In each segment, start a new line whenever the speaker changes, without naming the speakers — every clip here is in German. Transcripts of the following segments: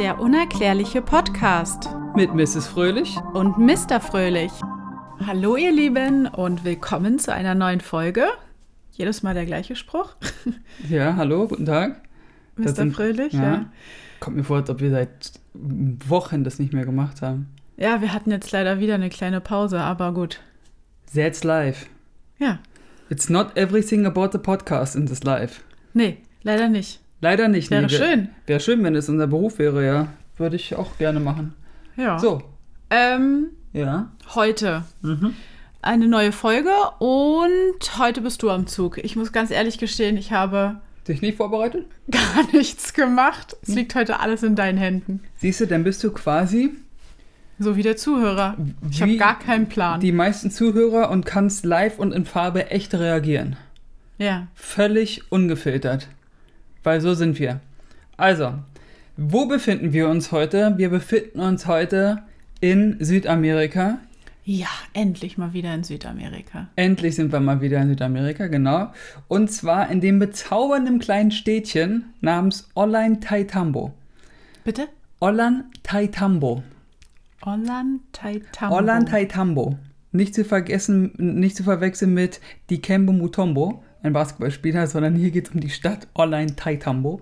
Der unerklärliche Podcast
mit Mrs. Fröhlich.
und Mr. Fröhlich. Hallo ihr Lieben und willkommen zu einer neuen Folge. Jedes Mal der gleiche Spruch.
Ja, hallo, guten Tag.
Mr.
Das sind-
Fröhlich, ja.
Kommt mir vor, als ob wir seit Wochen das nicht mehr gemacht haben.
Ja, wir hatten jetzt leider wieder eine kleine Pause, aber gut.
That's life.
Ja,
It's not everything about the podcast in this life.
nee, leider nicht.
Leider nicht.
Wäre
wär-
schön.
Wäre schön, wenn es unser Beruf wäre, ja. Würde ich auch gerne machen.
Ja.
So, Mhm.
Ähm,
ja.
heute eine neue Folge und heute bist du am Zug. Ich muss ganz ehrlich gestehen, ich habe
Dich nicht vorbereitet?
gar nichts gemacht.
Hm?
Es liegt heute alles in deinen Händen.
Siehst du, dann bist du quasi
So wie der Zuhörer. Ich habe
Wie
gar keinen Plan.
die meisten Zuhörer und kannst live und in Farbe echt reagieren.
ja.
völlig ungefiltert. Weil so sind wir. Also, wo befinden wir uns heute? Wir befinden uns heute in Südamerika.
ja, endlich mal wieder in Südamerika.
Endlich sind wir mal wieder in Südamerika, genau. Und zwar in dem bezaubernden kleinen Städtchen namens Olan Taitambo.
Bitte?
Olan Taitambo.
Olan Taitambo.
Olan Taitambo. Nicht zu vergessen, nicht zu verwechseln mit Dikembe Mutombo, ein Basketballspieler, sondern hier geht es um die Stadt Olan Taitambo.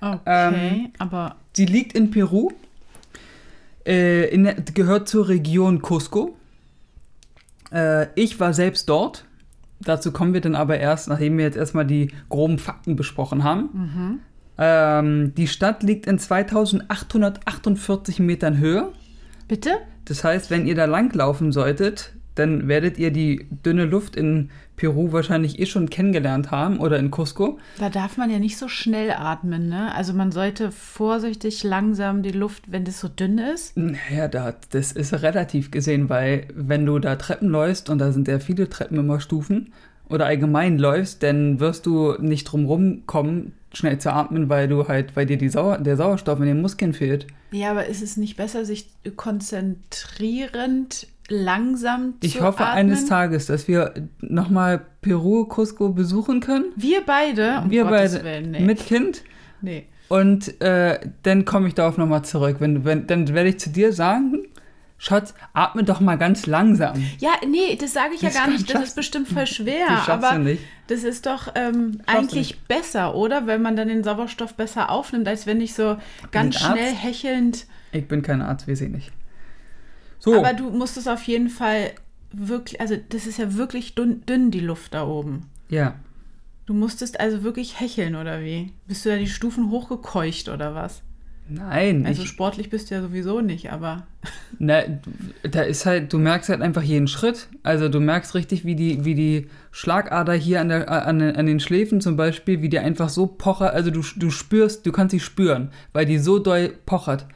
Okay,
Ähm.
aber
Sie liegt in Peru, äh, in, der- gehört zur Region Cusco. Äh, ich war selbst dort. Dazu kommen wir dann aber erst, nachdem wir jetzt erstmal die groben Fakten besprochen haben. Ähm, die Stadt liegt in 2848 Metern Höhe.
bitte?
Das heißt, wenn ihr da langlaufen solltet, dann werdet ihr die dünne Luft in Peru wahrscheinlich eh schon kennengelernt haben oder in Cusco.
Da darf man ja nicht so schnell atmen, ne? Also man sollte vorsichtig langsam die Luft, wenn das so dünn ist.
Naja, da, das ist relativ gesehen, weil wenn du da Treppen läufst, und da sind ja viele Treppen immer Stufen, oder allgemein läufst, dann wirst du nicht drumrum kommen, schnell zu atmen, weil du halt, weil dir die Sauer, der Sauerstoff in den Muskeln fehlt.
Ja, aber ist es nicht besser, sich konzentrierend langsam zu
Ich hoffe
atmen?
eines Tages, dass wir nochmal Peru, Cusco besuchen können.
Wir beide, um
wir
Gottes
beide
Willen, nee.
mit Kind.
nee.
Und äh, dann komme ich darauf nochmal zurück. Wenn, wenn, dann werde ich zu dir sagen, Schatz, atme doch mal ganz langsam.
Ja, nee, das sage ich ja
Das
gar
kann-
nicht. Das ist bestimmt voll schwer.
Das schaffst du
aber
nicht.
das ist doch ähm, eigentlich besser, oder? Wenn man dann den Sauerstoff besser aufnimmt, als wenn ich so ganz
Mit Arzt?
schnell hechelnd.
Ich bin kein Arzt, wir sehen nicht. So,
Aber du musst es auf jeden Fall wirklich, also das ist ja wirklich dünn, dünn die Luft da oben.
ja.
Du musstest also wirklich hecheln, oder wie? Bist du da die Stufen hochgekeucht, oder was?
Nein,
Also
ich,
sportlich bist du ja sowieso nicht, aber.
na, da ist halt, du merkst halt einfach jeden Schritt. Also du merkst richtig, wie die, wie die Schlagader hier an, der, an, den- an den Schläfen zum Beispiel, wie die einfach so pochert. Also du, du spürst, du kannst sie spüren, weil die so doll pochert.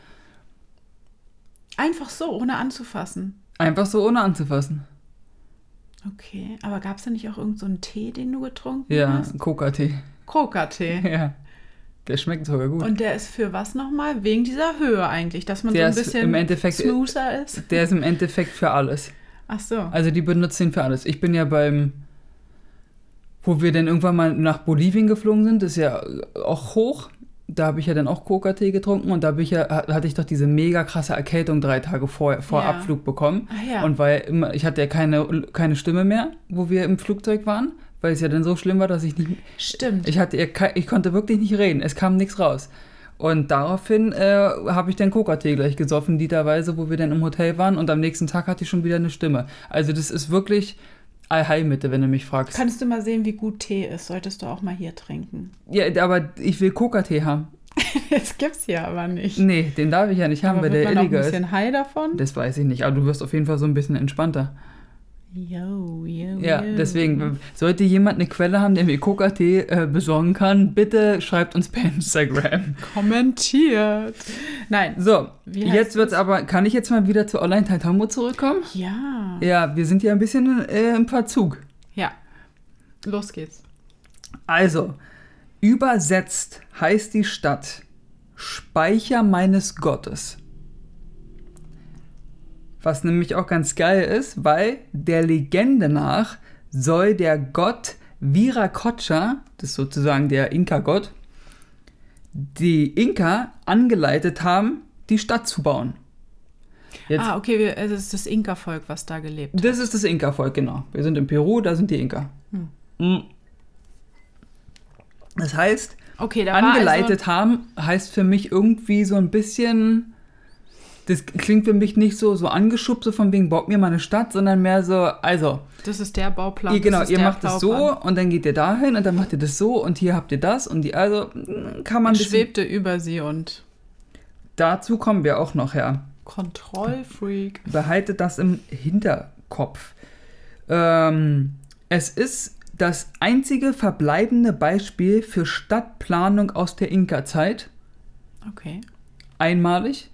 Einfach so, ohne anzufassen.
Einfach so ohne anzufassen.
Okay, aber gab es da nicht auch irgendeinen so einen Tee, den du getrunken
Ja,
hast?
Coca-Tee.
Kroka-Tee.
Ja. Der schmeckt sogar gut.
Und der ist für was nochmal? Wegen dieser Höhe eigentlich, dass man
Der
so ein
ist
bisschen
im Endeffekt-
smoother ist.
der ist im Endeffekt für alles.
Ach so.
Also die benutzen ihn für alles. Ich bin ja beim, wo wir dann irgendwann mal nach Bolivien geflogen sind, ist ja auch hoch. Da habe ich ja dann auch Coca-Tee getrunken und da bin ich ja, ha- hatte ich doch diese mega krasse Erkältung drei Tage vor, vor
Ja.
Abflug bekommen.
Ach Ah ja.
Und weil immer, ich hatte ja keine, keine Stimme mehr, wo wir im Flugzeug waren, weil es ja dann so schlimm war, dass ich nicht,
Stimmt.
ich hatte, ja kei- ich konnte wirklich nicht reden. Es kam nichts raus. Und daraufhin äh, habe ich dann Coca-Tee gleich gesoffen, literweise, wo wir dann im Hotel waren. Und am nächsten Tag hatte ich schon wieder eine Stimme. Also das ist wirklich Allheilmittel, wenn du mich fragst.
Kannst du mal sehen, wie gut Tee ist? Solltest du auch mal hier trinken.
ja, aber ich will Coca-Tee haben.
das gibt's ja aber nicht.
Nee, den darf ich ja nicht haben,
aber
weil
wird
der
man auch ein
illegal ist.
bisschen high davon?
Das weiß ich nicht, aber du wirst auf jeden Fall so ein bisschen entspannter.
Yo, yo,
Ja,
yo.
deswegen, sollte jemand eine Quelle haben, der mir Coca-Tee äh, besorgen kann, bitte schreibt uns per Instagram.
Kommentiert. Nein.
So,
Wie heißt
jetzt wird's aber, kann ich jetzt mal wieder zu Online Taitambo zurückkommen?
Ja.
Ja, wir sind ja ein bisschen äh, im Verzug.
Ja. Los geht's.
Also, übersetzt heißt die Stadt Speicher meines Gottes. Was nämlich auch ganz geil ist, weil der Legende nach soll der Gott Viracocha, das ist sozusagen der Inka-Gott, die Inka angeleitet haben, die Stadt zu bauen. Jetzt,
Ah, okay, wir, es ist das Inka-Volk, was da gelebt.
Das ist das Inka-Volk, genau. Wir sind in Peru, da sind die Inka. Mm. Das heißt,
Okay, da also
angeleitet haben heißt für mich irgendwie so ein bisschen. Das klingt für mich nicht so, so angeschubst, so von wegen, baut mir mal eine Stadt, sondern mehr so, also,
war also, das ist der Bauplan.
ihr, genau,
das ist
ihr
der
macht das so
Bauplan.
und dann geht ihr dahin und dann macht ihr das so und hier habt ihr das und die, also, mm, kann
Und
man. ein bisschen-
schwebte über sie und
Dazu kommen wir auch noch her.
Kontrollfreak.
Behaltet das im Hinterkopf. Ähm, es ist das einzige verbleibende Beispiel für Stadtplanung aus der Inka-Zeit.
Okay.
Einmalig.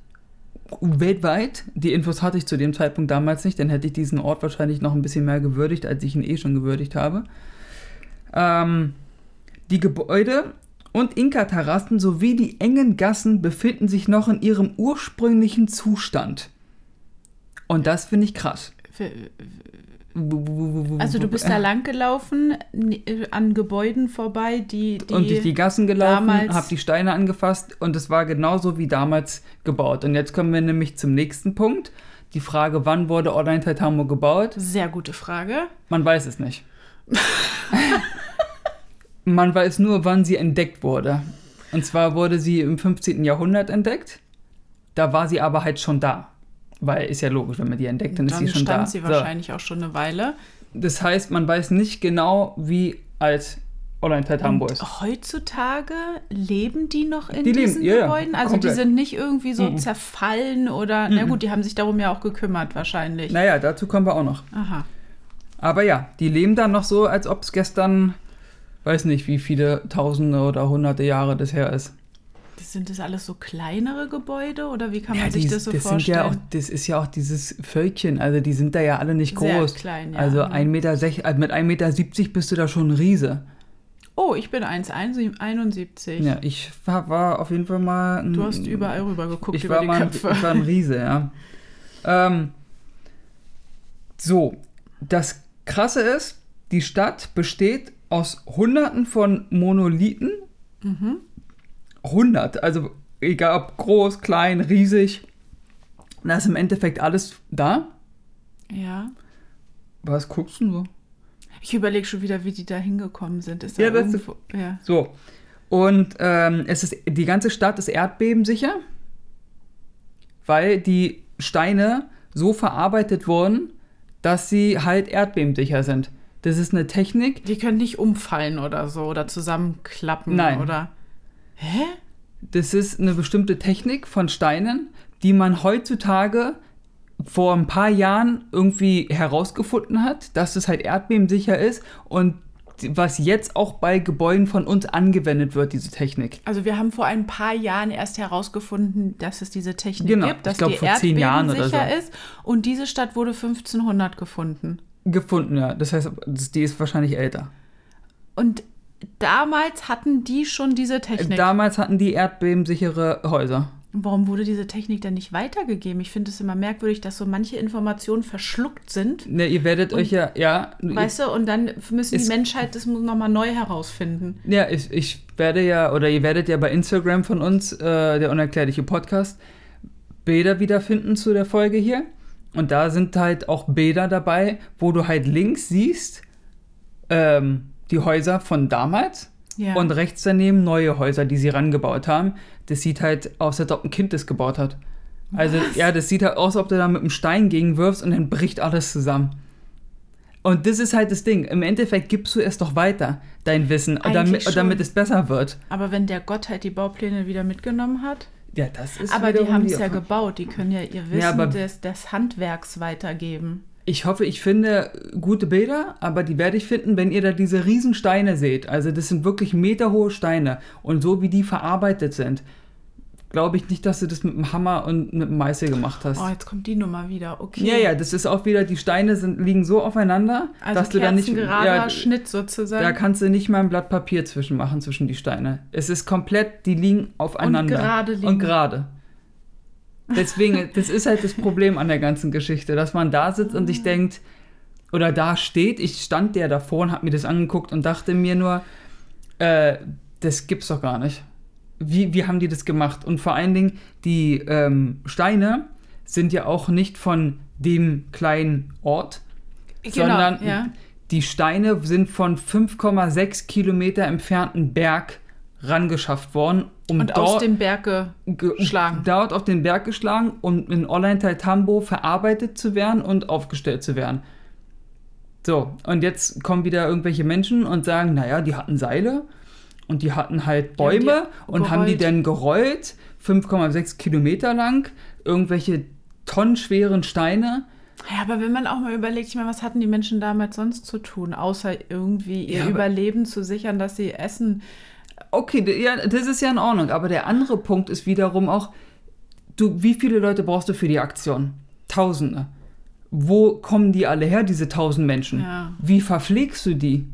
Weltweit. Die Infos hatte ich zu dem Zeitpunkt damals nicht, dann hätte ich diesen Ort wahrscheinlich noch ein bisschen mehr gewürdigt, als ich ihn eh schon gewürdigt habe. Ähm, die Gebäude und Inka-Terrassen sowie die engen Gassen befinden sich noch in ihrem ursprünglichen Zustand. Und das finde ich krass.
Für- Also du bist da
allein.
lang gelaufen, n- äh, an Gebäuden vorbei, die, die
Und durch die Gassen gelaufen,
damals-
habe die Steine angefasst und es war genauso wie damals gebaut. Und jetzt kommen wir nämlich zum nächsten Punkt. Die Frage, wann wurde Orlein Taitamo gebaut?
sehr gute Frage.
Man weiß es nicht. Man weiß nur, wann sie entdeckt wurde. Und zwar wurde sie im 15. Jahrhundert entdeckt. Da war sie aber halt schon da. Weil ist ja logisch, wenn man die entdeckt, dann, ist
Dann
sie schon
stand
da.
sie
So.
wahrscheinlich auch schon eine Weile.
Das heißt, man weiß nicht genau, wie alt Orlein Taitamo ist.
Heutzutage leben die noch in
Die leben,
diesen
ja, ja,
Gebäuden? Also
komplett.
die sind nicht irgendwie so zerfallen oder na gut, die haben sich darum ja auch gekümmert wahrscheinlich.
Naja, dazu kommen wir auch noch.
Aha.
Aber ja, die leben dann noch so, als ob es gestern, weiß nicht, wie viele Tausende oder Hunderte Jahre das her ist.
Das sind das alles so kleinere Gebäude oder wie kann man
Ja,
sich
die-
das so
das sind
vorstellen?
ja auch, das ist ja auch dieses Völkchen, also die sind da ja alle nicht
Sehr
groß.
klein, ja.
Also
Mhm.
1,60 Meter, sech- also mit 1,70 Meter bist du da schon ein Riese.
oh, ich bin 1,71.
Ja, ich war, war auf jeden Fall mal ein,
Du hast überall rüber geguckt,
ich
über
war
die
mal ein,
Köpfe.
Ich war ein Riese, ja. ähm, so, das Krasse ist, die Stadt besteht aus Hunderten von Monolithen.
Mhm.
Hundert, also egal ob groß, klein, riesig. Da ist im Endeffekt alles da.
ja.
Was guckst du denn so?
Ich überlege schon wieder, wie die da hingekommen sind. Ist
Ja,
da
das ist-
irgendwo, ja.
So. Und ähm, es ist, die ganze Stadt ist erdbebensicher, weil die Steine so verarbeitet wurden, dass sie halt erdbebensicher sind. Das ist eine Technik.
Die können nicht umfallen oder so oder zusammenklappen
Nein.
oder. Hä?
Das ist eine bestimmte Technik von Steinen, die man heutzutage vor ein paar Jahren irgendwie herausgefunden hat, dass es halt erdbebensicher ist und was jetzt auch bei Gebäuden von uns angewendet wird, diese Technik.
Also wir haben vor ein paar Jahren erst herausgefunden, dass es diese Technik
Genau, ich
gibt, dass
glaub,
die
vor zehn Jahren oder
erdbebensicher
so.
ist. Und diese Stadt wurde 1500 gefunden.
Gefunden, ja. Das heißt, das- die ist wahrscheinlich älter.
Und damals hatten die schon diese Technik.
Damals hatten die erdbebensichere Häuser.
Warum wurde diese Technik dann nicht weitergegeben? Ich finde es immer merkwürdig, dass so manche Informationen verschluckt sind.
Ne, ihr werdet euch ja, ja,
Weißt du, und dann müssen die
Es-
Menschheit das nochmal neu herausfinden.
ja ich, ich werde ja, oder ihr werdet ja bei Instagram von uns, äh, der unerklärliche Podcast, Bilder wiederfinden zu der Folge hier. Und da sind halt auch Bilder dabei, wo du halt links siehst, ähm, die Häuser von damals
Ja.
und rechts daneben neue Häuser, die sie rangebaut haben. Das sieht halt aus, als ob ein Kind das gebaut hat. Also, ja, das sieht halt aus, als ob du da mit einem Stein gegenwirfst und dann bricht alles zusammen. Und das ist halt das Ding. Im Endeffekt gibst du es doch weiter, dein Wissen,
Eigentlich
damit,
schon.
damit es besser wird.
Aber wenn der Gott halt die Baupläne wieder mitgenommen hat.
Ja, das ist
Aber die
wiederum
haben es ja
Erfahrung.
gebaut, die können ja ihr Wissen
aber-
des, des Handwerks weitergeben.
Ich hoffe, ich finde gute Bilder, aber die werde ich finden, wenn ihr da diese riesen Steine seht. Also das sind wirklich meterhohe Steine und so wie die verarbeitet sind, glaube ich nicht, dass du das mit einem Hammer und mit einem Meißel gemacht hast.
Oh, jetzt kommt die Nummer wieder. Okay.
ja, ja, das ist auch wieder die Steine sind, liegen so aufeinander,
Also
dass du da nicht
gerader
ja,
Schnitt
da
sozusagen.
kannst du nicht mal ein Blatt Papier zwischen machen zwischen die Steine. Es ist komplett, die liegen aufeinander
gerade liegen.
und gerade. Deswegen, das ist halt das Problem an der ganzen Geschichte, dass man da sitzt und
Ah.
sich denkt, oder da steht, ich stand der davor und habe mir das angeguckt und dachte mir nur, äh, das gibt's doch gar nicht. wie, wie haben die das gemacht? Und vor allen Dingen, die ähm, Steine sind ja auch nicht von dem kleinen Ort, sondern
Genau, ja.
die Steine sind von 5,6 Kilometer entfernten Berg rangeschafft worden, um
Und aus dem Berge geschlagen.
dort auf den Berg geschlagen, um in Orleintal Tambo verarbeitet zu werden und aufgestellt zu werden. So, und jetzt kommen wieder irgendwelche Menschen und sagen, naja, die hatten Seile und die hatten halt
haben die
Bäume und haben die
gerollt.
dann gerollt, 5,6 Kilometer lang, irgendwelche tonnenschweren Steine.
Ja, aber wenn man auch mal überlegt, ich meine, was hatten die Menschen damals sonst zu tun, außer irgendwie ihr
Ja, aber-
Überleben zu sichern, dass sie essen.
Okay, d- ja, das ist ja in Ordnung, aber der andere Punkt ist wiederum auch, du, wie viele Leute brauchst du für die Aktion? Tausende. Wo kommen die alle her, diese tausend Menschen?
Ja.
Wie verpflegst du die?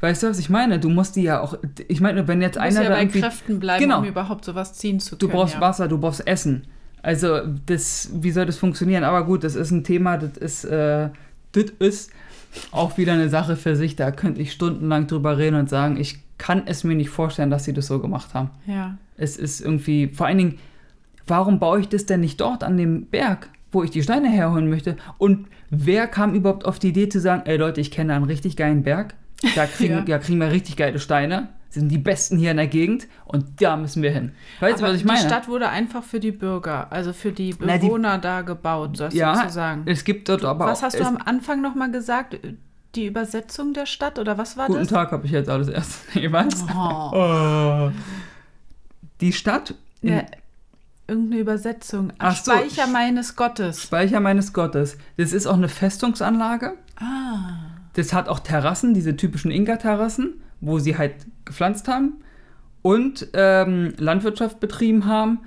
Weißt du, was ich meine? Du musst die ja auch, ich meine, wenn jetzt
Du musst
einer
ja
da
bei
irgendwie,
Kräften bleiben,
Genau.
um überhaupt sowas ziehen zu
du
können.
brauchst
ja.
Wasser, du brauchst Essen. Also, das, wie soll das funktionieren? Aber gut, das ist ein Thema, das ist, äh, das ist auch wieder eine Sache für sich. Da könnte ich stundenlang drüber reden und sagen, ich kann es mir nicht vorstellen, dass sie das so gemacht haben.
Ja.
Es ist irgendwie, vor allen Dingen, warum baue ich das denn nicht dort an dem Berg, wo ich die Steine herholen möchte? Und wer kam überhaupt auf die Idee zu sagen, ey Leute, ich kenne einen richtig geilen Berg, da kriegen,
Ja.
da kriegen wir richtig geile Steine, sind die besten hier in der Gegend und da müssen wir hin. Weißt du,
Aber
was ich meine?
Die Stadt wurde einfach für die Bürger, also für die
Na, die-
Bewohner da gebaut, so-
ja,
sozusagen.
es gibt dort aber
Was hast du
es,
am Anfang nochmal gesagt? Die Übersetzung der Stadt oder was war
Guten
das?
Tag habe ich jetzt alles erst jeweils.
Oh.
Oh. Die Stadt in
Ja, irgendeine Übersetzung.
Ach
Ach,
so.
Speicher meines Gottes.
Speicher meines Gottes. Das ist auch eine Festungsanlage.
Ah.
Das hat auch Terrassen, diese typischen Inka-Terrassen, wo sie halt gepflanzt haben und ähm, Landwirtschaft betrieben haben.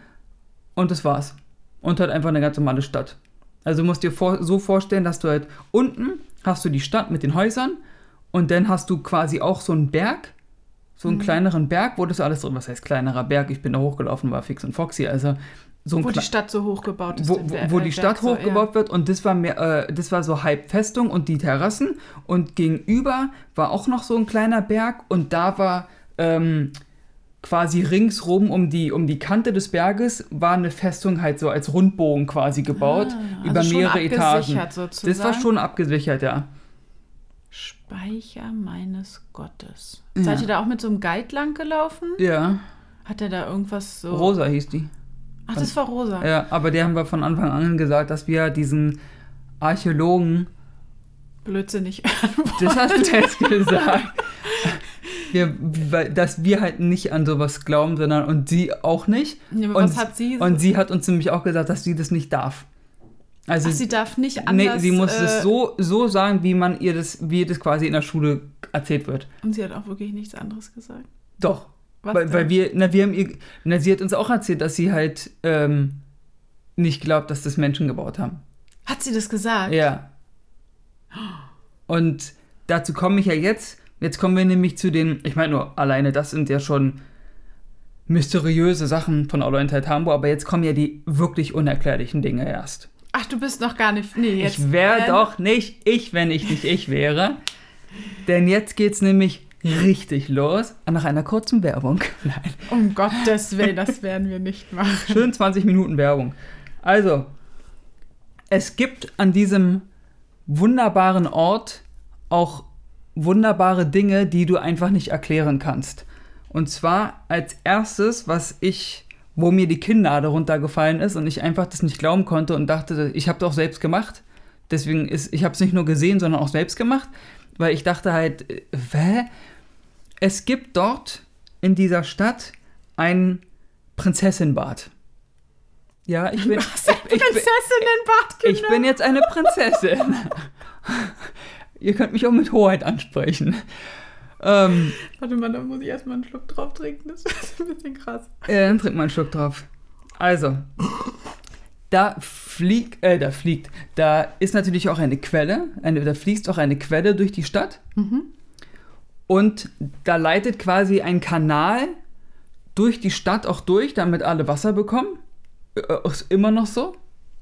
Und das war's. Und halt einfach eine ganz normale Stadt. Also du musst dir vor, so vorstellen, dass du halt unten hast du die Stadt mit den Häusern und dann hast du quasi auch so einen Berg, so
Mhm.
einen kleineren Berg, wo das alles drin, was heißt kleinerer Berg? Ich bin da hochgelaufen, war fix und foxy, also so ein
Wo die
klei-
Stadt so hochgebaut ist.
wo,
den
wo,
Wer-
wo
äh,
die Stadt
Werk so,
hochgebaut wird und das war mehr, äh, das war so halb Festung und die Terrassen und gegenüber war auch noch so ein kleiner Berg und da war ähm, quasi ringsrum um die um die Kante des Berges war eine Festung halt so als Rundbogen quasi gebaut
Ah, also
über
schon
mehrere Etagen.
abgesichert sozusagen.
Das war schon abgesichert, ja.
ja. Speicher meines Gottes.
Ja.
Seid ihr da auch mit so einem Guide lang gelaufen?
Ja,
Hat er da irgendwas so. Ah.
Rosa hieß die.
Ach, das war rosa.
Ja, aber der haben wir von Anfang an gesagt, dass wir diesen Archäologen
Blödsinnig.
Das hast du jetzt gesagt. Wir, weil- dass wir halt nicht an sowas glauben, sondern und sie auch nicht.
Ja, aber
und,
was hat sie so-
Und sie hat uns nämlich auch gesagt, dass sie das nicht darf. Also
Ach, sie darf nicht
nee,
anders.
sie muss
äh,
es so, so sagen, wie man ihr das, wie ihr das quasi in der Schule erzählt wird.
Und sie hat auch wirklich nichts anderes gesagt.
Doch.
Was
weil,
denn?
weil wir, na, wir haben ihr, na, sie hat uns auch erzählt, dass sie halt ähm, nicht glaubt, dass das Menschen gebaut haben.
Hat sie das gesagt?
Ja. Und dazu komme ich ja jetzt. Jetzt kommen wir nämlich zu den, ich meine nur, alleine das sind ja schon mysteriöse Sachen von Oriental Tambo, aber jetzt kommen ja die wirklich unerklärlichen Dinge erst.
Ach, du bist noch gar nicht. Nee, jetzt.
ich wäre
äh,
doch nicht ich, wenn ich nicht ich wäre. Denn jetzt geht's nämlich richtig los nach einer kurzen Werbung. Nein.
Um Gottes Willen, das werden wir nicht machen.
Schön 20 Minuten Werbung. Also, es gibt an diesem wunderbaren Ort auch wunderbare Dinge, die du einfach nicht erklären kannst. Und zwar als erstes, was ich, wo mir die Kinnlade runtergefallen ist und ich einfach das nicht glauben konnte und dachte, ich habe das auch selbst gemacht. Deswegen ist, ich habe es nicht nur gesehen, sondern auch selbst gemacht, weil ich dachte halt, äh, hä? Es gibt dort in dieser Stadt ein Prinzessinbad. Ja, ich bin, ich, bin,
Prinzessinnenbad, genau.
ich bin jetzt eine Prinzessin. Ihr könnt mich auch mit Hoheit ansprechen. Ähm,
Warte mal, da muss ich erstmal einen Schluck drauf trinken. Das ist ein bisschen krass.
äh, dann trink mal einen Schluck drauf. Also, da fliegt, äh, da fliegt, da ist natürlich auch eine Quelle, eine, da fließt auch eine Quelle durch die Stadt.
Mhm.
Und da leitet quasi ein Kanal durch die Stadt auch durch, damit alle Wasser bekommen. Äh, Ist immer noch so.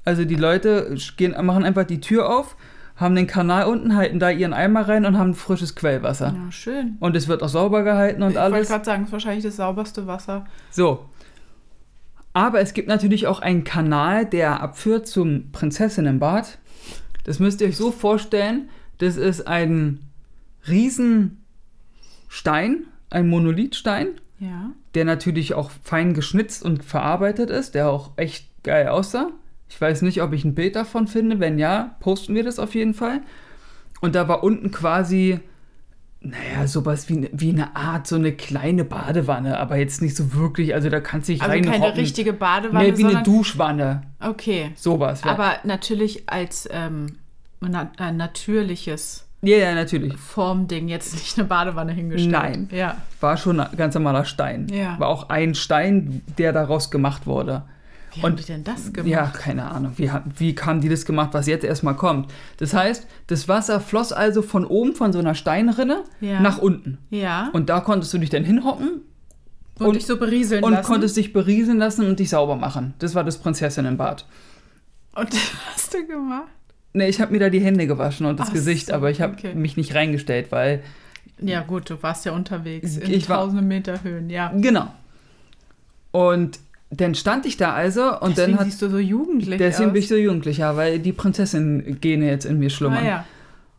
Also die Leute gehen, machen einfach die Tür auf haben den Kanal unten, halten da ihren Eimer rein und haben frisches Quellwasser.
Ja, schön.
Und es wird auch sauber gehalten und
ich wollte
alles.
gerade sagen, ist wahrscheinlich das sauberste Wasser.
So. Aber es gibt natürlich auch einen Kanal, der abführt zum Prinzessinnenbad. Das müsst ihr euch so vorstellen, das ist ein Riesenstein, ein Monolithstein,
Ja.
der natürlich auch fein geschnitzt und verarbeitet ist, der auch echt geil aussah. Ich weiß nicht, ob ich ein Bild davon finde. Wenn ja, posten wir das auf jeden Fall. Und da war unten quasi, naja, sowas wie, ne- wie eine Art, so eine kleine Badewanne, aber jetzt nicht so wirklich. Also da kannst du dich
Also
reinhocken.
keine richtige Badewanne,
Nee, wie eine
sondern...
Duschwanne.
okay.
Sowas. Ja,
Aber natürlich als ähm, na ein natürliches
ja, ja natürlich.
Formding, jetzt nicht eine Badewanne hingestellt.
Nein.
Ja.
War schon ein ganz normaler Stein.
Ja.
War auch ein Stein, der daraus gemacht wurde.
Wie haben
Und-
die denn das gemacht?
Ja, keine Ahnung. Wie, ha- wie haben die das gemacht, was jetzt erstmal kommt? Das heißt, das Wasser floss also von oben, von so einer Steinrinne,
Ja.
nach unten.
Ja. Und,
Und da konntest du dich dann hinhocken und-
dich so berieseln
und
lassen.
konntest dich berieseln lassen und dich sauber machen. Das war das Prinzessinnenbad.
und hast du gemacht?
Ne, ich habe mir da die Hände gewaschen und das
Ach
Gesicht,
so,
aber ich habe
okay.
mich nicht reingestellt, weil.
Ja gut, du warst ja unterwegs in
Ich war-
tausende Meter Höhen, ja.
Genau. Und dann stand ich da also und
deswegen
dann hat.
siehst du so jugendlich
Deswegen
aus.
bin ich so jugendlicher, weil die Prinzessin-Gene jetzt in mir schlummern.
ah, ja.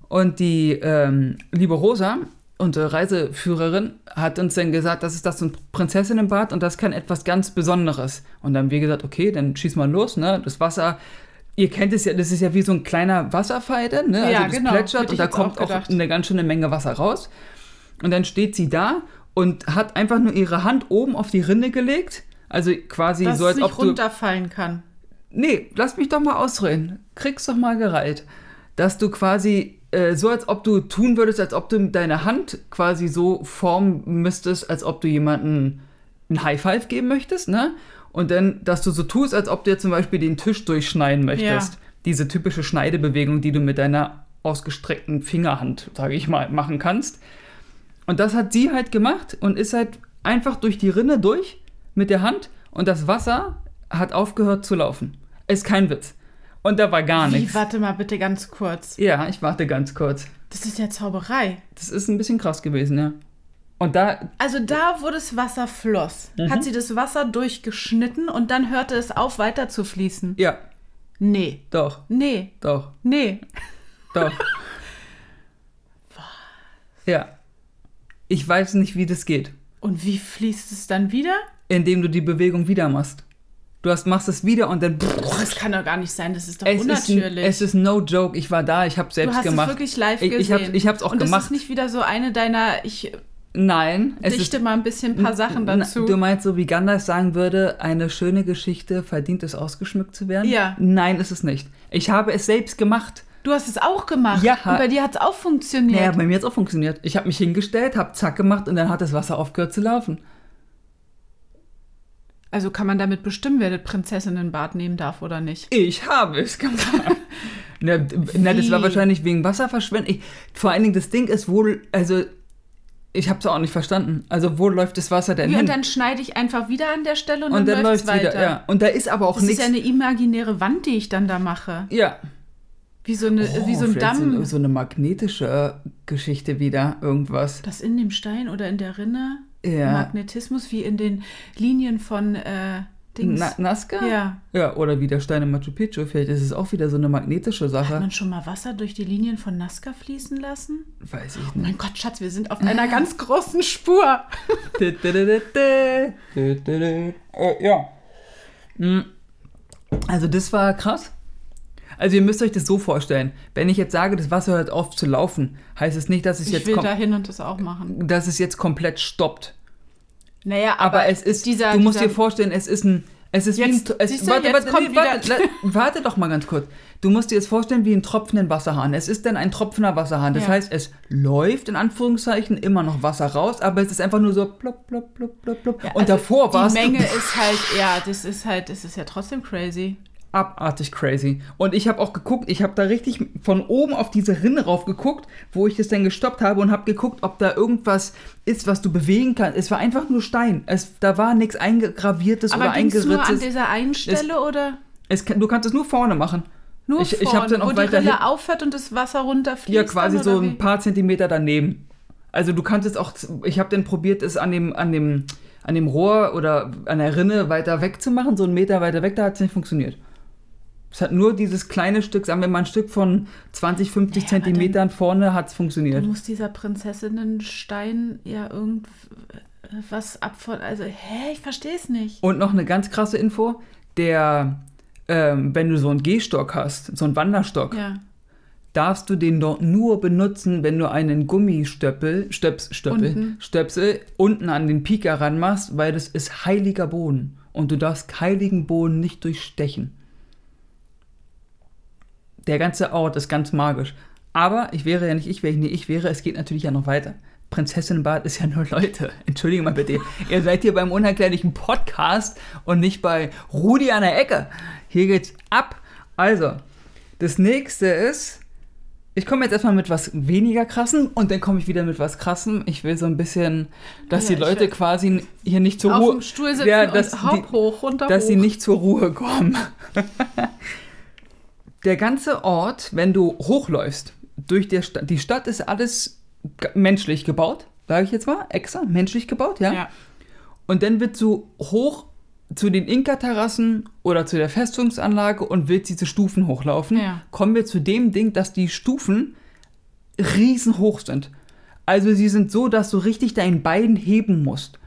Und die ähm, liebe Rosa, unsere Reiseführerin, hat uns dann gesagt, das ist das ein Prinzessinnenbad und das kann etwas ganz Besonderes. Und dann haben wir gesagt, okay, dann schieß mal los, ne? Das Wasser, ihr kennt es ja, das ist ja wie so ein kleiner Wasserfall, dann, ne?
Ja,
also das
genau, hätte
plätschert
ich
und da
jetzt
kommt
auch
auch,
gedacht.
eine ganz schöne Menge Wasser raus. Und dann steht sie da und hat einfach nur ihre Hand oben auf die Rinde gelegt. Also quasi
Dass
so,
es
als
nicht
ob du
runterfallen kann.
Nee, lass mich doch mal ausreden. Krieg's doch mal gereiht. Dass du quasi äh, so, als ob du tun würdest, als ob du deine Hand quasi so formen müsstest, als ob du jemanden einen High Five geben möchtest, ne? Und dann, dass du so tust, als ob du dir zum Beispiel den Tisch durchschneiden möchtest.
Ja.
Diese typische Schneidebewegung, die du mit deiner ausgestreckten Fingerhand, sage ich mal, machen kannst. Und das hat sie halt gemacht und ist halt einfach durch die Rinne durch mit der Hand und das Wasser hat aufgehört zu laufen. Ist kein Witz. Und da war gar
Wie,
nichts.
warte mal bitte ganz kurz.
Ja, ich warte ganz kurz.
Das ist ja Zauberei.
Das ist ein bisschen krass gewesen, ja. Und da,
Also da, wo das Wasser floss,
Mhm.
hat sie das Wasser durchgeschnitten und dann hörte es auf, weiter zu fließen.
ja,
Nee,
doch,
nee,
doch,
nee.
doch. Ja. Ich weiß nicht, wie das geht.
Und wie fließt es dann wieder?
Indem du die Bewegung wieder machst. Du hast, machst es wieder und dann.
Boah, das kann doch gar nicht sein, das ist doch
Es ist,
unnatürlich.
es ist no joke. Ich war da, ich habe
du
selbst
hast
gemacht.
es wirklich live
Ich-
gesehen.
ich hab- ich hab's auch
und Und das
gemacht.
ist nicht wieder so eine deiner, ich
Nein, es ist
dichte mal ein bisschen ein paar Sachen
Na,
dazu.
Du meinst, so wie Gandalf sagen würde, eine schöne Geschichte verdient es, ausgeschmückt zu werden?
Ja.
Nein, ist es nicht. Ich habe es selbst gemacht.
Du hast es auch gemacht.
Ja.
Und bei dir hat es auch funktioniert.
Naja, bei mir hat es auch funktioniert. Ich habe mich hingestellt, habe zack gemacht und dann hat das Wasser aufgehört zu laufen.
Also kann man damit bestimmen, wer das Prinzessinnenbad nehmen darf oder nicht.
Ich habe es gemacht. na, d- na, das war
Wie?
wahrscheinlich wegen Wasserverschwendung. Ich- Vor allen Dingen, das Ding ist wohl, also ich habe es auch nicht verstanden. Also wo läuft das Wasser denn
Wie,
hin?
und dann schneide ich einfach wieder an der Stelle und,
und
dann,
dann
läuft
läuft's
es weiter.
wieder. Ja. Und da ist aber auch
Das ist
nichts.
ja eine imaginäre Wand, die ich dann da mache.
ja,
Wie so, eine, wie so ein
vielleicht
Damm.
Oh, So, so eine magnetische Geschichte wieder, irgendwas.
das in dem Stein oder in der Rinne.
Ja.
Magnetismus, wie in den Linien von äh, Dings.
Na, Nazca?
ja.
Ja, oder wie der Stein in Machu Picchu. Vielleicht ist es auch wieder so eine magnetische
Hat
Sache.
man schon mal Wasser durch die Linien von Nazca fließen lassen?
Weiß ich
Mein Gott, Schatz, wir sind auf einer ganz großen Spur.
nicht. Äh, ja. Hm. Also das war krass. Also ihr müsst euch das so vorstellen. Wenn ich jetzt sage, das Wasser hört auf zu laufen, heißt es nicht, dass es,
Ich
jetzt,
will
kom
da hin und das auch machen.
dass es jetzt komplett stoppt.
Naja,
Aber, es ist,
dieser-
du musst
dieser-
dir vorstellen, es ist ein, es ist
Jetzt-
wie ein, es,
siehst du, jetzt kommt wieder-
warte, la- warte doch mal ganz kurz. Du musst dir jetzt vorstellen, wie ein tropfenden Wasserhahn. Es ist denn ein tropfender Wasserhahn. Das
Ja.
heißt, es läuft in Anführungszeichen immer noch Wasser raus, aber es ist einfach nur so plopp, plopp, plopp, plopp, plopp. Und
also
davor war es
Die Menge ist halt, ja, das ist halt, das ist ja trotzdem crazy.
abartig crazy. Und ich habe auch geguckt, ich habe da richtig von oben auf diese Rinne rauf geguckt, wo ich das dann gestoppt habe und habe geguckt, ob da irgendwas ist, was du bewegen kannst. Es war einfach nur Stein. Es, da war nichts eingegraviertes
Aber
oder
denkst du nur
eingeritztes.
an dieser einen Stelle oder?
Es kann, du kannst es nur vorne machen.
Nur
Ich- ich
vorn,
hab dann auch
wo die
weiter hin-
Rille aufhört und das Wasser runterfließt.
Ja, quasi
dann,
so
oder
ein
wie?
paar Zentimeter daneben. Also du kannst jetzt auch, ich habe dann probiert, es an dem, an, dem, an dem Rohr oder an der Rinne weiter weg zu machen, so einen Meter weiter weg, da hat es nicht funktioniert. Es hat nur dieses kleine Stück, sagen wir mal ein Stück von 20, 50
Naja, aber dann-
Zentimetern vorne hat es funktioniert.
Dann muss dieser Prinzessinnenstein ja irgendwas abfordern. Also, hä, ich verstehe es nicht.
Und noch eine ganz krasse Info, der, ähm, wenn du so einen Gehstock hast, so einen Wanderstock,
Ja.
darfst du den doch nur benutzen, wenn du einen Gummistöppel, Stöps, Stöppel,
Unten.
Stöpsel unten an den Pika ranmachst, weil das ist heiliger Boden. Und du darfst heiligen Boden nicht durchstechen. Der ganze Ort ist ganz magisch. Aber ich wäre ja nicht ich, wäre ich nicht ich wäre, es geht natürlich ja noch weiter. Prinzessinnenbad ist ja nur Leute. Entschuldigung mal bitte. Ihr seid hier beim unerklärlichen Podcast und nicht bei Rudi an der Ecke. Hier geht's ab. Also, das nächste ist, ich komme jetzt erstmal mit was weniger krassen und dann komme ich wieder mit was krassem. Ich will so ein bisschen, dass
Oh Ja,
die
ich
Leute
will-
quasi hier nicht zur
Auf
Ruhe.
dem Stuhl sitzen
Ja, dass
und
die-
hopp hoch, runter
dass
hoch.
sie nicht zur Ruhe kommen. der ganze Ort, wenn du hochläufst, durch der Sta die Stadt ist alles g- menschlich gebaut, sage ich jetzt mal, extra menschlich gebaut, ja?
ja.
Und dann willst du hoch zu den Inka-Terrassen oder zu der Festungsanlage und willst diese Stufen hochlaufen.
Ja.
Kommen wir zu dem Ding, dass die Stufen riesenhoch sind. Also sie sind so, dass du richtig dein Bein heben musst.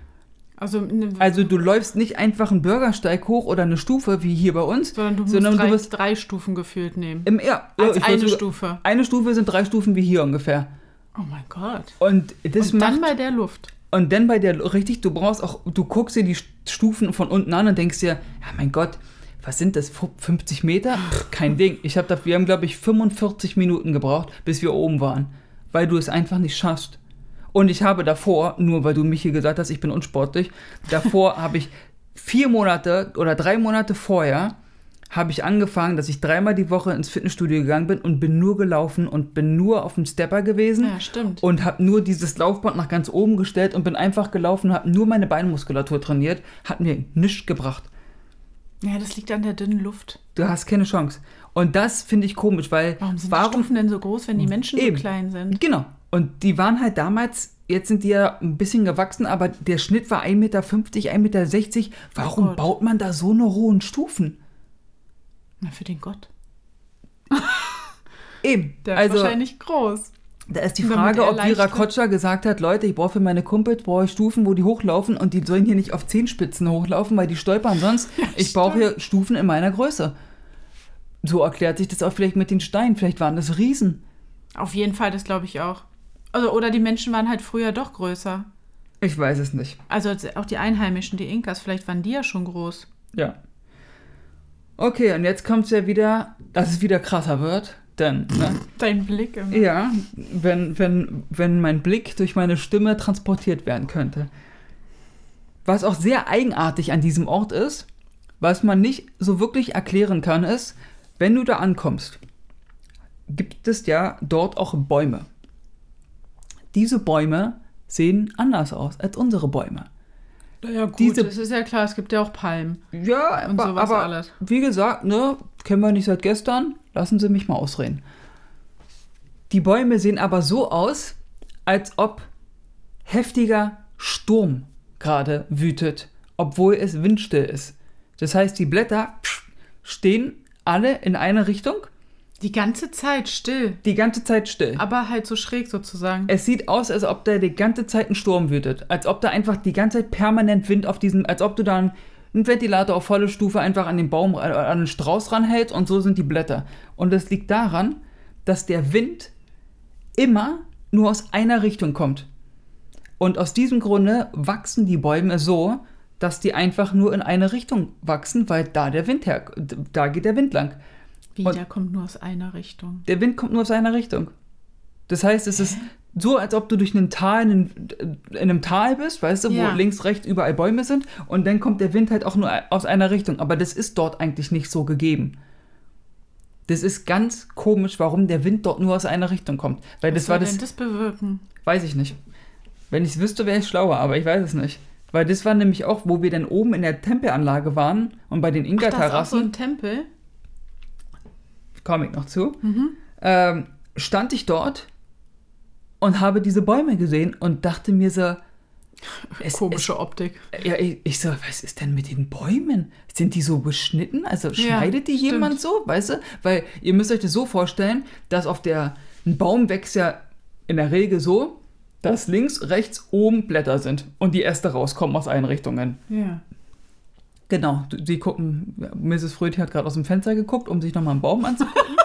Also, ne,
Also du läufst nicht einfach einen Bürgersteig hoch oder eine Stufe wie hier bei uns,
sondern du musst
sondern
drei,
ne, du bist
drei Stufen gefühlt nehmen.
im ja, ja,
Als
ich
eine
würd sogar-
Stufe.
Eine Stufe sind drei Stufen wie hier ungefähr.
Oh mein Gott.
Und das
Und dann
macht
bei der Luft.
und dann bei der richtig, du brauchst auch, du guckst dir die Stufen von unten an und denkst dir, ja mein Gott, was sind das 50 Meter? Pff, kein Ding. Ich habe da, wir haben glaube ich 45 Minuten gebraucht, bis wir oben waren, weil du es einfach nicht schaffst. Und ich habe davor, nur weil du mich hier gesagt hast, ich bin unsportlich, davor habe ich vier Monate oder drei Monate vorher habe ich angefangen, dass ich dreimal die Woche ins Fitnessstudio gegangen bin und bin nur gelaufen und bin nur auf dem Stepper gewesen
Ja, stimmt.
und habe nur dieses Laufband nach ganz oben gestellt und bin einfach gelaufen, habe nur meine Beinmuskulatur trainiert, hat mir nichts gebracht.
ja, das liegt an der dünnen Luft.
Du hast keine Chance. Und das finde ich komisch, weil
Warum sind die Stufen denn so groß, wenn die Menschen
Eben.
so klein sind?
Genau. Und die waren halt damals, jetzt sind die ja ein bisschen gewachsen, aber der Schnitt war 1,50 Meter, 1,60 Meter. Warum
Oh Gott.
baut man da so eine hohen Stufen?
Na, für den Gott.
Eben. Also
Der ist wahrscheinlich groß.
Da ist die
Damit
Frage,
er
ob
leicht-
Vira Kotscher gesagt hat, Leute, ich brauche für meine Kumpels brauche ich Stufen, wo die hochlaufen und die sollen hier nicht auf Zehenspitzen hochlaufen, weil die stolpern sonst. ich brauche hier Stufen in meiner Größe. So erklärt sich das auch vielleicht mit den Steinen. Vielleicht waren das Riesen.
Auf jeden Fall, das glaube ich auch. Also, oder die Menschen waren halt früher doch größer.
Ich weiß es nicht.
Also auch die Einheimischen, die Inkas, vielleicht waren die ja schon groß.
Ja. Okay, und jetzt kommt es ja wieder, dass es wieder krasser wird. Denn, ne?
Dein Blick im
Ja, wenn, wenn, wenn mein Blick durch meine Stimme transportiert werden könnte. Was auch sehr eigenartig an diesem Ort ist, was man nicht so wirklich erklären kann, ist, wenn du da ankommst, gibt es ja dort auch Bäume. Diese Bäume sehen anders aus als unsere Bäume.
Ja, gut,
Diese-
das ist ja klar, es gibt ja auch Palmen.
Ja,
Und
aber,
sowas
aber
alles.
wie gesagt, ne, kennen wir nicht seit gestern. Lassen Sie mich mal ausreden. Die Bäume sehen aber so aus, als ob heftiger Sturm gerade wütet, obwohl es windstill ist. Das heißt, die Blätter psch, stehen alle in eine Richtung,
Die ganze Zeit still,
die ganze Zeit still.
aber halt so schräg sozusagen.
Es sieht aus, als ob da die ganze Zeit ein Sturm wütet. Als ob da einfach die ganze Zeit permanent Wind auf diesem, als ob du da einen, einen Ventilator auf volle Stufe einfach an den Baum, äh, an den Strauß ranhältst und so sind die Blätter. Und das liegt daran, dass der Wind immer nur aus einer Richtung kommt. Und aus diesem Grunde wachsen die Bäume so, dass die einfach nur in eine Richtung wachsen, weil da der Wind her, da geht der Wind lang.
Wie,
und-
der kommt nur aus einer Richtung.
Der Wind kommt nur aus einer Richtung. Das heißt, es ist so, als ob du durch einen Tal, in, in einem Tal bist, weißt du,
Ja.
wo links, rechts überall Bäume sind und dann kommt der Wind halt auch nur aus einer Richtung. Aber das ist dort eigentlich nicht so gegeben. Das ist ganz komisch, warum der Wind dort nur aus einer Richtung kommt. Weil das
Was
war
soll
das,
denn das bewirken?
weiß ich nicht. Wenn ich es wüsste, wäre ich schlauer, aber ich weiß es nicht. Weil das war nämlich auch, wo wir dann oben in der Tempelanlage waren und bei den
Ach, da ist auch so
Inka-Terrassen.
ein Tempel.
Comic noch zu, ähm, stand ich dort und habe diese Bäume gesehen und dachte mir so, es,
Komische Optik.
es, ja, ich, ich so, was ist denn mit den Bäumen? Sind die so beschnitten? Also schneidet die
stimmt.
jemand so, weißt du? Weil ihr müsst euch das so vorstellen, dass auf der, ein Baum wächst ja in der Regel so, dass links, rechts, oben Blätter sind und die Äste rauskommen aus allen Richtungen.
Ja.
Genau, du- sie gucken, ja, Mrs. Fröti hat gerade aus dem Fenster geguckt, um sich nochmal einen Baum anzugucken.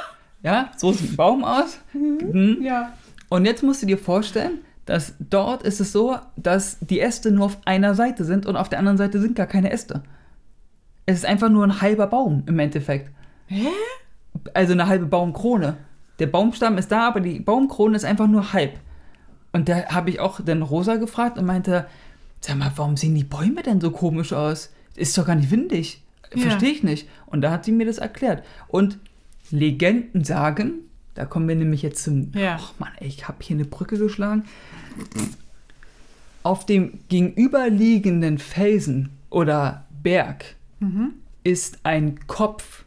ja, so sieht ein Baum aus. Mhm.
Ja.
Und jetzt musst du dir vorstellen, dass dort ist es so, dass die Äste nur auf einer Seite sind und auf der anderen Seite sind gar keine Äste. Es ist einfach nur ein halber Baum im Endeffekt.
Hä?
Also eine halbe Baumkrone. Der Baumstamm ist da, aber die Baumkrone ist einfach nur halb. Und da habe ich auch dann Rosa gefragt und meinte, sag mal, warum sehen die Bäume denn so komisch aus? Ist doch gar nicht windig.
Ja.
Verstehe ich nicht. Und da hat sie mir das erklärt. Und Legenden sagen, da kommen wir nämlich jetzt zum...
Ja.
Och Mann, ey, ich habe hier eine Brücke geschlagen. Auf dem gegenüberliegenden Felsen oder Berg ist ein Kopf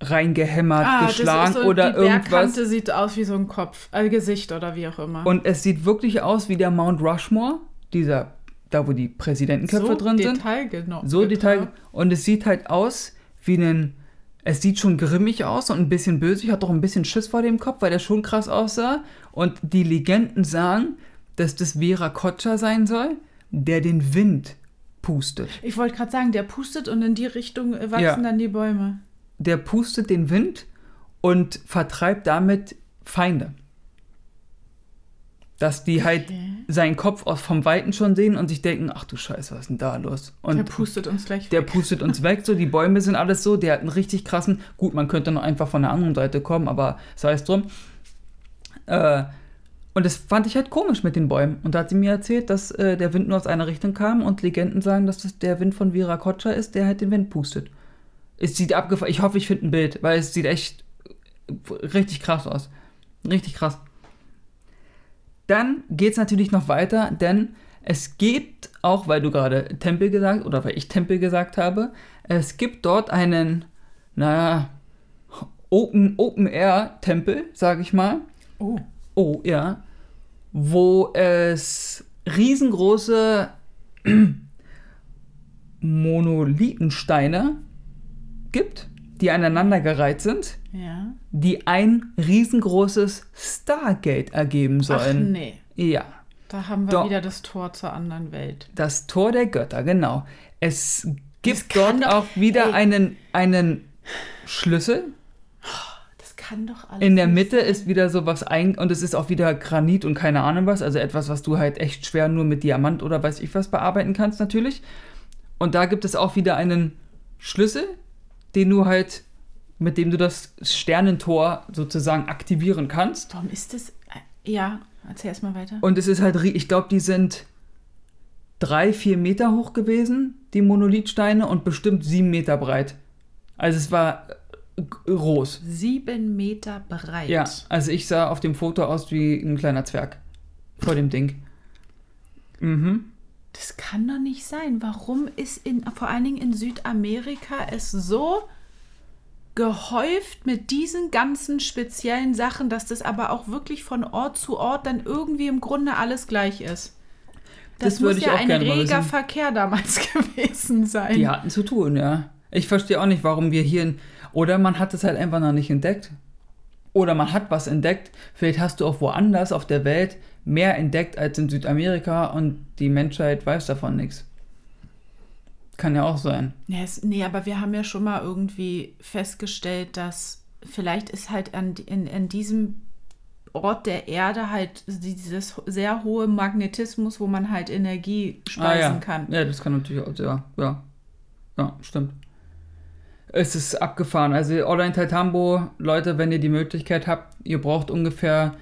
reingehämmert, geschlagen
Ah, so,
oder
die
irgendwas.
Bergkante sieht aus wie so ein Kopf, äh, Gesicht oder wie auch immer.
Und es sieht wirklich aus wie der Mount Rushmore, dieser, da wo die Präsidentenköpfe
so
drin sind.
detailgenau-
So Detail.
genau.
Und es sieht halt aus wie ein. Es sieht schon grimmig aus und ein bisschen böse. Ich hatte auch ein bisschen Schiss vor dem Kopf, weil der schon krass aussah. Und die Legenden sagen, dass das Vera Kotscher sein soll, der den Wind pustet.
Ich wollte gerade sagen, der pustet und in die Richtung äh, wachsen
Ja.
dann die Bäume.
Der pustet den Wind und vertreibt damit Feinde. Dass die halt
Okay.
seinen Kopf aus vom Weiten schon sehen und sich denken, ach du Scheiße, was ist denn da los? Und
der pustet uns gleich
der pustet uns weg, so die Bäume sind alles so, der hat einen richtig krassen, gut, man könnte noch einfach von der anderen Seite kommen, aber sei es drum. Äh, und das fand ich halt komisch mit den Bäumen. Und da hat sie mir erzählt, dass äh, der Wind nur aus einer Richtung kam und Legenden sagen, dass das der Wind von Vera Kotscher ist, der halt den Wind pustet. Es sieht abgefahren, ich hoffe, ich finde ein Bild, weil es sieht echt äh, richtig krass aus. Richtig krass. Dann geht es natürlich noch weiter, denn es gibt auch, weil du gerade Tempel gesagt oder weil ich Tempel gesagt habe, es gibt dort einen, naja, Open, Open Air Tempel, sage ich mal.
Oh.
Oh ja, wo es riesengroße Monolithensteine gibt, die aneinandergereiht sind,
Ja.
die ein riesengroßes Stargate ergeben
Ach
sollen.
nee,
Ja.
da haben wir
Doch.
wieder das Tor zur anderen Welt.
Das Tor der Götter, genau. Es gibt
kann
dort
doch-
auch wieder
ey.
einen, einen Schlüssel.
Das kann doch alles.
In der
nicht-
Mitte ist wieder sowas ein und es ist auch wieder Granit und keine Ahnung was, also etwas, was du halt echt schwer nur mit Diamant oder weiß ich was bearbeiten kannst natürlich. Und da gibt es auch wieder einen Schlüssel, den du halt mit dem du das Sternentor sozusagen aktivieren kannst.
Warum ist das. äh, Ja, erzähl erst mal weiter.
Und es ist halt, ri- ich glaube, die sind drei, vier Meter hoch gewesen, die Monolithsteine, und bestimmt sieben Meter breit. Also es war äh, groß.
Sieben Meter breit.
Ja, also ich sah auf dem Foto aus wie ein kleiner Zwerg vor dem Ding. Mhm.
Das kann doch nicht sein. Warum ist in, vor allen Dingen in Südamerika es so gehäuft mit diesen ganzen speziellen Sachen, dass das aber auch wirklich von Ort zu Ort dann irgendwie im Grunde alles gleich ist? Das,
Das
muss
würde ich
ja
auch
ein
gerne mal
reger
wissen.
Verkehr damals gewesen sein.
Die hatten zu tun, ja. Ich verstehe auch nicht, warum wir hier in. Oder man hat es halt einfach noch nicht entdeckt. Oder man hat was entdeckt. Vielleicht hast du auch woanders auf der Welt mehr entdeckt als in Südamerika und die Menschheit weiß davon nichts. Kann ja auch sein.
Ja, es, nee, aber wir haben ja schon mal irgendwie festgestellt, dass vielleicht ist halt an, in, in diesem Ort der Erde halt dieses sehr hohe Magnetismus, wo man halt Energie speisen
Ah, ja.
kann.
Ja, das kann natürlich auch, ja, ja. Ja, stimmt. Es ist abgefahren. Also Online Tambo, Leute, wenn ihr die Möglichkeit habt, ihr braucht ungefähr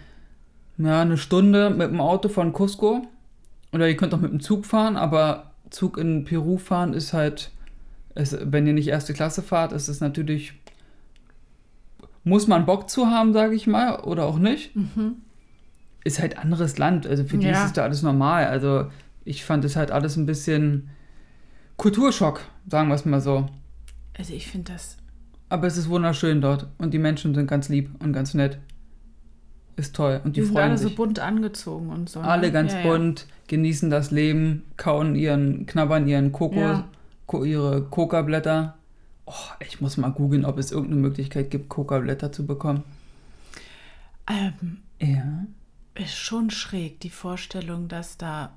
na, eine Stunde mit dem Auto von Cusco. Oder ihr könnt auch mit dem Zug fahren, aber Zug in Peru fahren ist halt, es, wenn ihr nicht erste Klasse fahrt, ist es natürlich, muss man Bock zu haben, sage ich mal, oder auch nicht. Ist halt anderes Land, also für die
Mhm. Ja.
ist es da alles normal. Also ich fand es halt alles ein bisschen Kulturschock, sagen wir es mal so.
Also ich finde das
Aber es ist wunderschön dort und die Menschen sind ganz lieb und ganz nett. Ist toll und die,
Die sind
freuen
alle
sich.
so bunt angezogen und so. ne?
alle ganz
ja,
bunt, genießen das Leben, kauen ihren, knabbern ihren Kokos,
Ja.
ko ihre Coca-Blätter. Oh, ich muss mal googeln, ob es irgendeine Möglichkeit gibt, Coca-Blätter zu bekommen.
Ja. Ähm,
Ja.
Ist schon schräg, die Vorstellung, dass da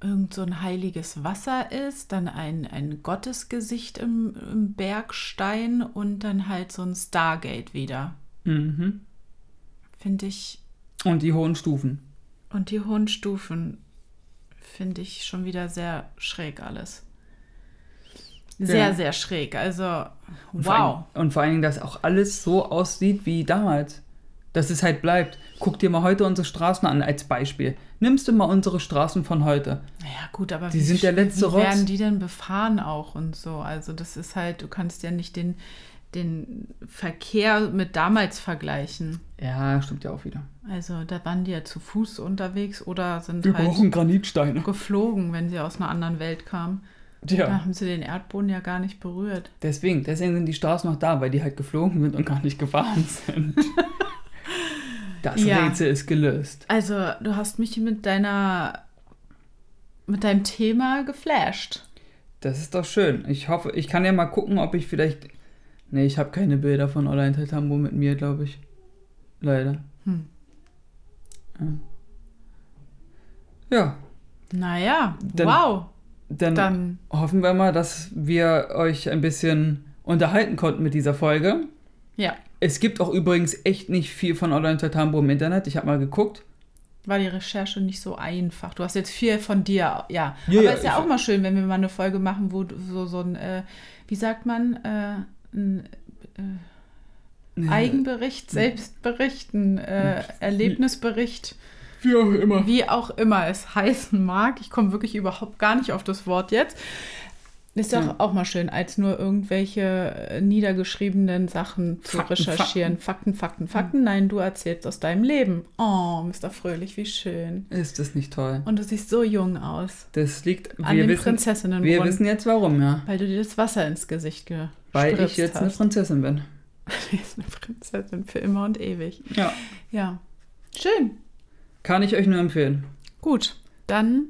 irgend so ein heiliges Wasser ist, dann ein, ein Gottesgesicht im, im Bergstein und dann halt so ein Stargate wieder.
Mhm.
Finde ich.
Und die hohen Stufen.
Und die hohen Stufen finde ich schon wieder sehr schräg alles. Sehr,
Ja.
sehr schräg. Also,
Und Vor allen,
wow.
und vor allen Dingen, dass auch alles so aussieht wie damals. Dass es halt bleibt. Guck dir mal heute unsere Straßen an als Beispiel. Nimmst du mal unsere Straßen von heute.
Naja, gut, aber
Die
wie,
sind der letzte
wie
Rotz.
werden die denn befahren auch und so? Also das ist halt, du kannst ja nicht den, den Verkehr mit damals vergleichen.
Ja, stimmt ja auch wieder.
Also da waren die ja zu Fuß unterwegs oder sind
Wir
halt
brauchen Granitsteine.
geflogen, wenn sie aus einer anderen Welt kamen. Da
Ja.
haben sie den Erdboden ja gar nicht berührt.
Deswegen, deswegen sind die Straßen noch da, weil die halt geflogen sind und gar nicht gefahren sind. Das
Ja.
Rätsel ist gelöst.
Also du hast mich mit deiner, mit deinem Thema geflasht.
Das ist doch schön. Ich hoffe, ich kann ja mal gucken, ob ich vielleicht. Nee, ich habe keine Bilder von Online Tatambo mit mir, glaube ich. Leider.
Hm.
Ja. Ja,
Naja,
Dann-
wow.
dann,
Dann
hoffen wir mal, dass wir euch ein bisschen unterhalten konnten mit dieser Folge.
ja,
Es gibt auch übrigens echt nicht viel von Online Tatambo im Internet. Ich habe mal geguckt.
war die Recherche nicht so einfach. Du hast jetzt viel von dir, ja.
Ja,
Aber
ja,
ist ja
ich-
auch mal schön, wenn wir mal eine Folge machen, wo du so, so ein, äh, wie sagt man, äh, ein
Äh,
Eigenbericht, Selbstbericht, ein äh, Erlebnisbericht,
Wie auch immer.
wie auch immer es heißen mag. Ich komme wirklich überhaupt gar nicht auf das Wort jetzt. Ist doch
Ja.
auch mal schön, als nur irgendwelche äh, niedergeschriebenen Sachen zu
Fakten, Hm.
recherchieren. Fakten, Fakten, Fakten. Nein, du erzählst aus deinem Leben. Oh, Mr. Fröhlich, wie schön.
Ist das nicht toll?
Und du siehst so jung aus.
Das liegt.
An
wir
dem
wissen, wir
Prinzessinnenbrunnen.
wissen jetzt warum, ja.
Weil du dir das Wasser ins Gesicht gespritzt
Weil ich jetzt eine
hast.
Prinzessin bin.
Du bist eine Prinzessin für immer und ewig.
Ja.
Ja. Schön.
Kann ich euch nur empfehlen.
Gut. Dann,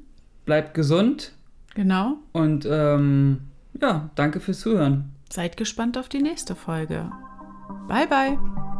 Bleibt gesund
genau,
und ähm, ja, danke fürs Zuhören.
seid gespannt auf die nächste Folge. Bye, bye.